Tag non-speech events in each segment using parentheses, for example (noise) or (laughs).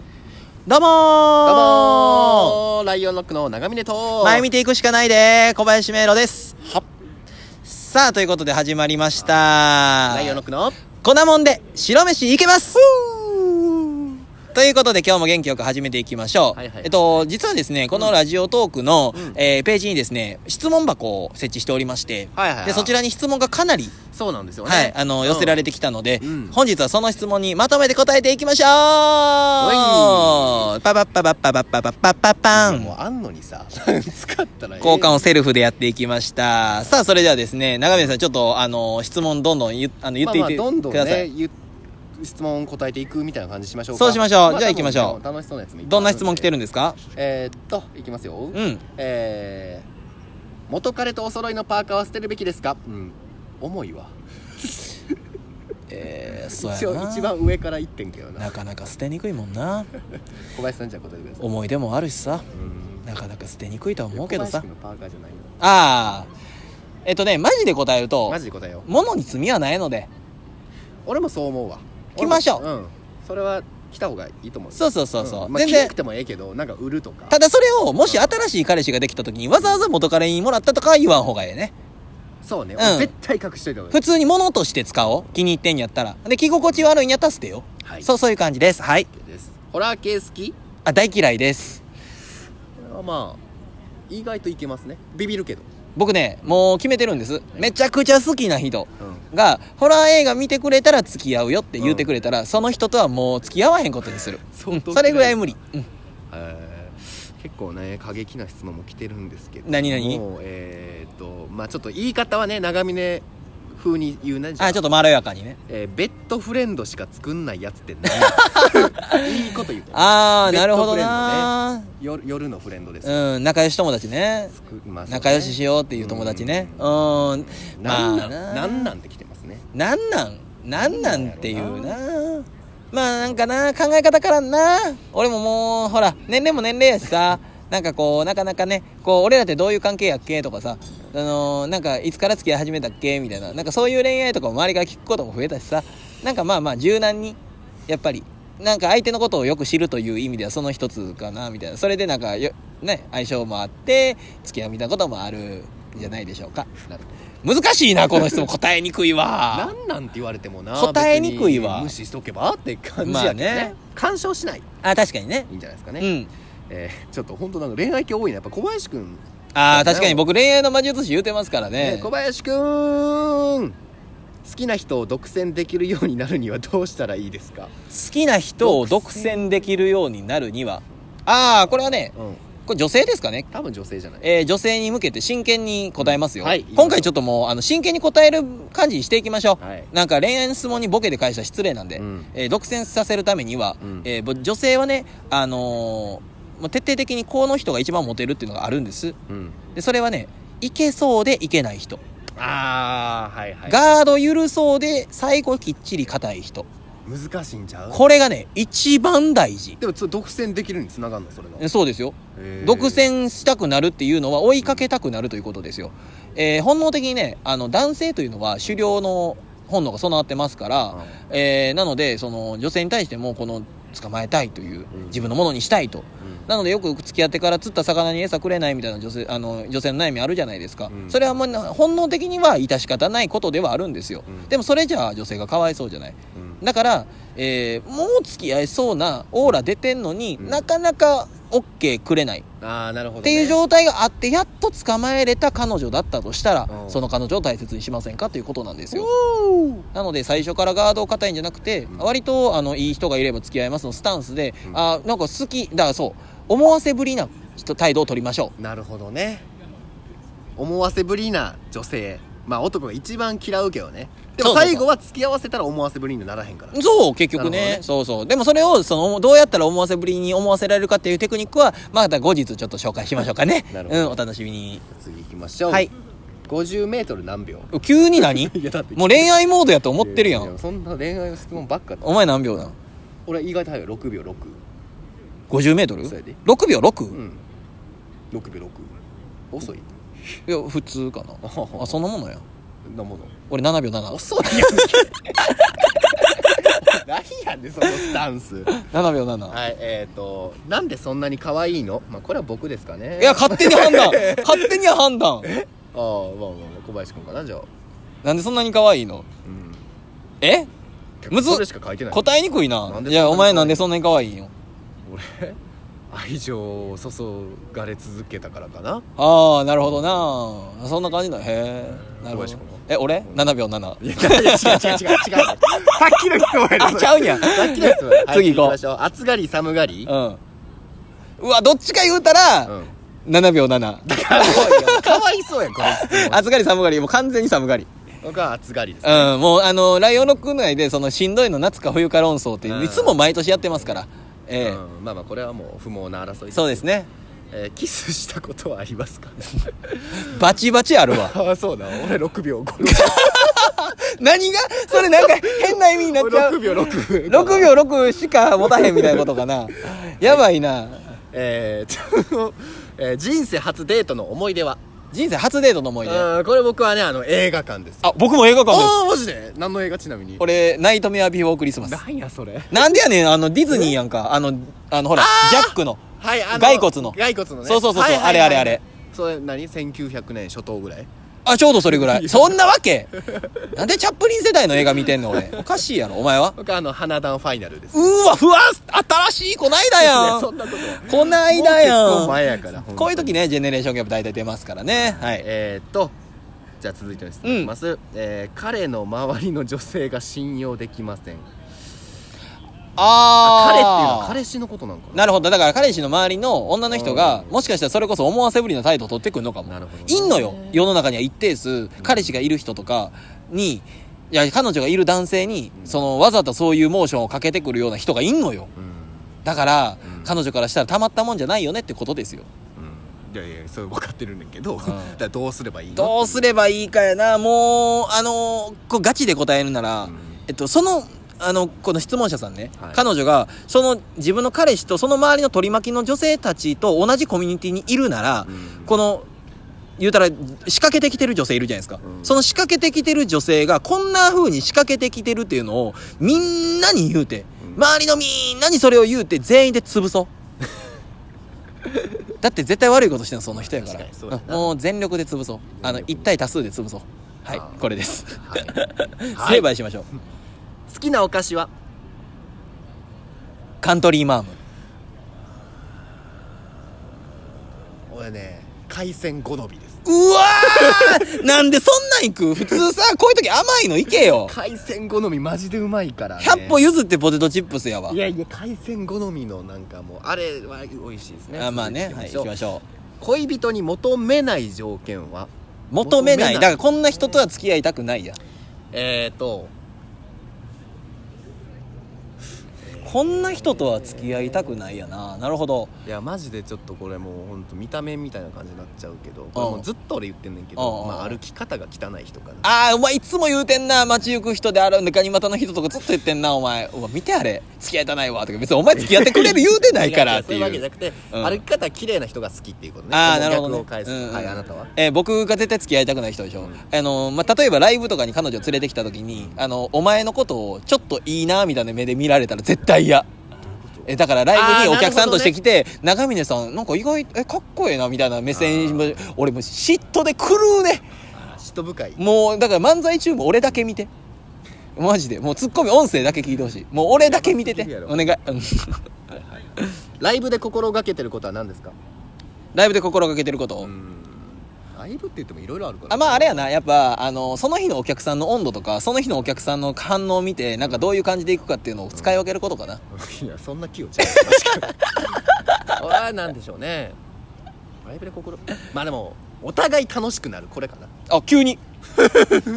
どうもーどうもーライオンロックの長峰と前見ていくしかないでー小林明朗ですはさあということで始まりましたライオンロックの粉もんで白飯いけますということで今日も元気よく始めていきましょう、はいはいえっと実はですねこのラジオトークの、うんえーページにですね質問箱を設置しておりまして、はいはいはいでそちらに質問がかなり、そうなんですよねはい、あの寄せられててきたので、うん本日はその質問にまとめて答えていきましょうパパッパパッパパッパパッパッパパンもうあんのにさ (laughs) 使ったら交換ををセルフでやっていきました。さあ、それではですね、長峰さん、ちょっと、あの、質問どんどん言あの言っていってください。どんどんねゆ質問答えていくみたいな感じしましょうかそうしましょうあじゃあ行きましょう多分ね楽しそうなやつもいっぱいどんな質問来てるるんですかえー、っといきますようん。えー、元彼とお揃いのパーカーは捨てるべきですかうん重いわえー、そう一や応な。一番上から一点けどななかなか捨てにくいもんな。小林さんじゃあ答えてください思い出もあるしさ。うんなかなか捨てにくいとは思うけどさ小林。君のパーカーじゃないのああ。えっとね、マジで答えるとマ、ジで答えよう物に罪はないので。俺もそう思うわ着ましょう俺もんそれは着た方がいいと思うそうそうそうそう。んまあ、全着な然く。てもええけどなんか売るとかただそれを、もし新しい彼氏ができた時に、わざわざ元彼にもらったとかは言わん方がええね。そうね、うん俺絶対隠しといた方がい普通に物として使おう。気に入ってんやったら。で、着心地悪いんやったら捨てよう。いはいそうそういう感じです。はい。ですホラー系好きあ、大嫌いです。これはまあ意外といけますねビビるけど、僕ね、もう決めてるんです。めちゃくちゃ好きな人うん、が、ホラー映画見てくれたら付き合うよって言ってくれたら、その人とはもう付き合わへんことにする。相当うんそれぐらい無理。うんえー結構ね過激な質問も来てるんですけど何々もうえー、っとまあちょっと言い方はね長峰風に言うなじゃあ、ちょっとまろやかにね。えーベッドフレンドしか作んないやつって (laughs) 何いいこと言うねあー、ベッなドるほどな、夜夜のフレンドです、うん、仲良し友達ね。作まあそうね仲良ししようっていう友達ね。う。うんなんなん、まあなんなんってきてますねなんなんなんなんっていうななまあなんかな考え方からな俺ももうほら年齢も年齢やしさなんかこうなかなかねこう俺らってどういう関係やっけとかさあのーなんかいつから付き合い始めたっけみたいななんかそういう恋愛とかも周りから聞くことも増えたしさなんかまあまあ柔軟にやっぱりなんか相手のことをよく知るという意味ではその一つかなみたいなそれでなんかよね相性もあって付き合うみたいなこともあるんじゃないでしょうか難しいなこの質問答えにくいわ (laughs) なんなんって言われてもな答えにくいわ別に無視しとけばって感じやけどね,、まあね干渉しないあ確かにねいいんじゃないですかね、うんえーちょっと本当なんか恋愛系多いなやっぱ小林くん、ねああ確かに僕恋愛の魔術師言うてますからね小林くん好きな人を独占できるようになるにはどうしたらいいですか、好きな人を独占できるようになるにはああこれはねうん、これ女性ですかね多分女性じゃないえー女性に向けて真剣に答えますよ、はい今回ちょっともうあの真剣に答える感じにしていきましょう、はいなんか恋愛の質問にボケで返したら失礼なんで、うんえー独占させるためには、うんえーぼ女性はねあのーもう徹底的にこの人が一番モテるっていうのがあるんですうんでそれはねいけそうでいけない人ああはいはいガード緩そうで最後きっちり硬い人難しいんちゃうこれがね一番大事でもちょっと独占できるにつながるのそれがえそうですよへー独占したくなるっていうのは追いかけたくなるということですよ、えー本能的にねあの男性というのは狩猟の本能が備わってますから、えーなのでその女性に対してもこの捕まえたいといううん自分のものにしたいとうんなのでよく付き合ってから釣った魚に餌くれないみたいな女性あの女性の悩みあるじゃないですか、うんそれはもうな本能的には致し方ないことではあるんですよ、うんでもそれじゃあ女性がかわいそうじゃないうんだから、えーもう付き合いそうなオーラ出てんのに、うんなかなか OK くれないっああなるほど、ね、ていう状態があってやっと捕まえれた彼女だったとしたら、うんその彼女を大切にしませんかということなんですよおーなので最初からガードを固いんじゃなくて、うん割とあのいい人がいれば付き合いますのスタンスで、うんあーなんか好きだからそう思わせぶりな人態度を取りましょなるほどね思わせぶりな女性まあ男が一番嫌うけどねでもそうそうそう最後は付き合わせたら思わせぶりにならへんからうそう結局なるほねどねそうそうでもそれをそのどうやったら思わせぶりに思わせられるかっていうテクニックはまた後日ちょっと紹介しましょうかね (laughs) なるほうどんお楽しみに次行きましょうはい50メートル何秒急に何 (laughs) いやだってもう恋愛モードやと思ってるやいん。そんな恋愛の質問ばっかお前何秒なん俺意外と早い6秒6 ?50 メートルそうやで ?6 秒 6? ういん6秒6遅いや、普通かな。あ、そんなものや。なもの (laughs) 俺7秒7。遅いやんけ何やねんそのスタンス7秒7、はいえっ、ー、となんでそんなに可愛いのまあこれは僕ですかねい、や勝手に判 (laughs) 断勝手に判断ああまあまあまあ小林君かなじゃあなんでそんなに可愛いのうんえむずそれしか書いてない答えにくいななんでそんなに可愛いいやお前なんでそんなに可愛いんよ俺愛情を注がれ続けたからかなああなるほどなそんな感じだへえなるほ小林ど君はえ俺うん7秒7いや違う違う違う違う違うさっきの質問やあちゃうんやさっきの質問はい次行こうきましょう暑がり寒がりうんうわどっちか言うたうらん7秒7だからもういやかわいそうやんこの質問 (laughs) 暑がり寒がりもう完全に寒がり僕は暑がりですうんもうあのライオンの国内でそのしんどいの夏か冬か論争ってうんいつも毎年やってますからええうんまあまあこれはもう不毛な争いそうですねえーキスしたことはありますか (laughs) バチバチあるわああそうだ俺6秒5何がそれなんか変な意味になっち (laughs) ゃう6秒6 6秒6しか持たへんみたいなことか (laughs) なやばいなえーちょっと (laughs) えー人生初デートの思い出は人生初デートの思い出あうんこれ僕はねあの映画館です僕も映画館ですああマジで何の映画ちなみに俺ナイトメアビフォークリスマスなんやそれなんでやねんあのディズニーやんかあのあのほらあージャックのはいあの骸骨の骸骨のねそうそうそうそうはいはいはいあれあれあれそれ何1900年初頭ぐらいあちょうどそれぐらいそんなわ (laughs) けなんでチャップリン世代の映画見てんの俺おかしいやろお前は僕あの花壇ファイナルですうーわふわ新しいこないだいややそんんなことはこないだもう結や構前やんからこういう時ねねジェネレーションギャップ大体出ますからねはいえーっとじゃあ続いての質問いきます、えー彼の周りの女性が信用できませんああー彼っていうのは彼氏のことなんかななるほどだから彼氏の周りの女の人がうんもしかしたらそれこそ思わせぶりな態度を取ってくるのかもなるほどねいんのよ世の中には一定数彼氏がいる人とかにいや彼女がいる男性にうんそのわざとそういうモーションをかけてくるような人がいんのようんだからうん彼女からしたらたまったもんじゃないよねってことですようんいやいやそれ分かってるんだけど、ん (laughs) だからどうすればいいのどうすればいいかやなもうあのこうガチで答えるなら、うんえっとそのあのこの質問者さんね、はい彼女がその自分の彼氏とその周りの取り巻きの女性たちと同じコミュニティにいるなら、うんこの言うたら仕掛けてきてる女性いるじゃないですか、うんその仕掛けてきてる女性がこんな風に仕掛けてきてるっていうのをみんなに言うて、うん周りのみんなにそれを言うて全員で潰そう (laughs) だって絶対悪いことしてんのその人やから確かにそうやなもう全力で潰そうあの全力で一対多数で潰そうはいあーこれです (laughs) はいはい成敗しましょう好きなお菓子はカントリーマーム俺ね海鮮好みですうわーなんでそんなん行く普通さこういう時甘いの行けよ海鮮好みマジでうまいから、ね、 100歩譲ってポテトチップスやわいやいや海鮮好みのなんかもうあれは美味しいですねあまあねはい行きましょしょうう恋人に求めない条件は求めない求めないだからこんな人とは付き合いたくないやえーとこんな人とは付き合いたくないやななるほどいやマジでちょっとこれもうほんと見た目みたいな感じになっちゃうけどこれもうずっと俺言ってんねんけうんうんど、うんまあ、歩き方が汚い人かなああお前いつも言うてんな街行く人であるんでガニ股の人とかずっと言ってんなお前うわ見てあれ付き合いたないわとか別にお前付き合ってくれる言うてないからっていややそういうわけうじゃなくて、うん歩き方綺麗な人が好きっていうことねああなるほど逆ねを返す、うんうんはいあなたはえー僕が絶対付き合いたくない人でしょ、うんあのまあ、例えばライブとかに彼女連れてきた時にあのお前のことをちょっといいなみたいな目で見られたら絶対嫌えだからライブにお客さんとして来て、長峰さんなんか意外えかっこええなみたいな目線も俺もう嫉妬で狂うね嫉妬深いもうだから漫才中も俺だけ見てマジでもうツッコミ音声だけ聞いてほしいもう俺だけ見ててやばおす願いうん (laughs) ライブで心がけてることは何ですかライブで心がけてること、うんライブって言ってもいろいろあるからあまああれやなやっぱあのその日のお客さんの温度とかその日のお客さんの反応を見てなんかどういう感じでいくかっていうのを使い分けることかな、 (laughs) いやそんな器用ちゃ (laughs) うこれは何でしょうねライブで心まあでもお互い楽しくなるこれかなあ急 (laughs) に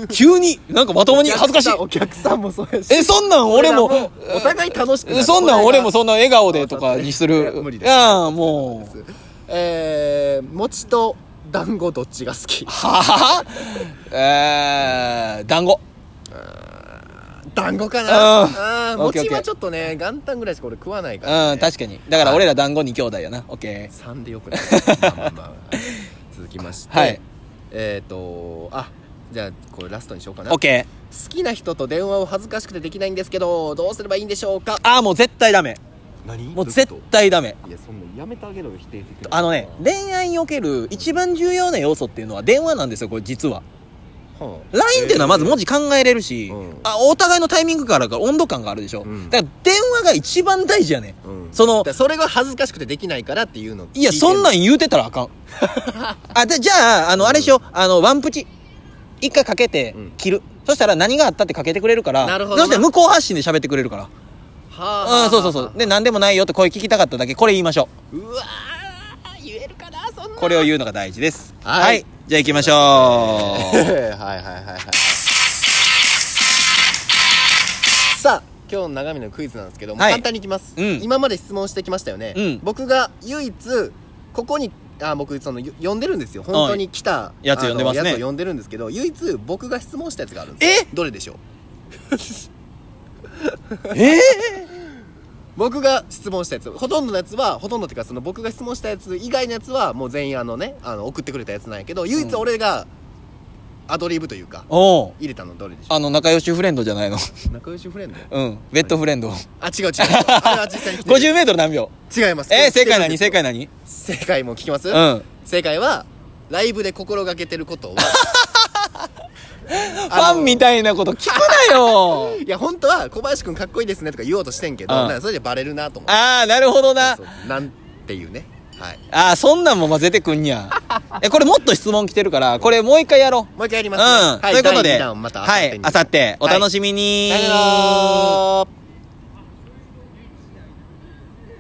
急になんかまともに恥ずかしいお客さんお客さんもそうやしえそんなん俺もらお互い楽しくなるそんなん俺もそそんな笑顔でとかにすいやる無理いですやあもうえー、餅と団子どっちが好きははえー、団子団子かなうんあーオッケーオッ餅ケーはちょっとね元旦ぐらいしか俺食わないから、ね、うん確かにだから俺ら団子2兄弟やなオッケ (laughs) 3でよくないまあまあまあ続きまして、はいえっ、とあじゃあこれラストにしようかなオッケー好きな人と電話を恥ずかしくてできないんですけどどうすればいいんでしょうかああもう絶対ダメ何もう絶対ダメいやそんなやめてあげろよ否定的なあのね恋愛における一番重要な要素っていうのは電話なんですよこれ実ははあ LINE っていうのはまず文字考えれるし、うんあお互いのタイミングからか温度感があるでしょ、うんだから電話が一番大事やね、うんそのだからそれが恥ずかしくてできないからっていうのいやそんなんん言うてたらあ (laughs) かんあでじゃああのあれしようあのワンプチ一回かけてうん切る、そしたら何があったってかけてくれるからなるほどなそして向こう発信で喋ってくれるからはああそうそうそうで何でもないよって声聞きたかっただけこれ言いましょうわー言えるかなそんうなこれを言うのが大事ですはいじゃあ行きましょ (laughs) はういはいはいはいさあ今日の長身のクイズなんですけども、はい簡単にいきます、うん今まで質問してきましたよね、うん僕が唯一ここにあ僕そのよ呼んでるんですよ本当に来た、やつ呼んでますねあのやつを呼んでるんですけど唯一僕が質問したやつがあるんですよえどれでしょう (laughs) ええ僕が質問したやつほとんどのやつはほとんどっていうかその僕が質問したやつ以外のやつはもう全員あのねあの送ってくれたやつなんやけど唯一俺がアドリブというかおう入れたのどれでしょあの仲良しフレンドじゃないの (laughs) う仲良しフレンドうんベッドフレンドあ違う違うあれは実際 (laughs) に来てる 50m 何秒違いますえー、正解何正解な何正解も聞きます、うん正解はライブで心がけてることはファンみたいなこと聞くな (laughs) よいや本当は小林くんかっこいいですねとか言おうとしてんけど、うんなんかそれでバレるなと思ってああなるほどなそうそうなんていうねはいああそんなんも混ぜてくんにゃえこれもっと質問来てるからこれもう一回やろうもう一回やりうまん、すね、ということ第二で弾またはいあさってお楽しみみに、さよなら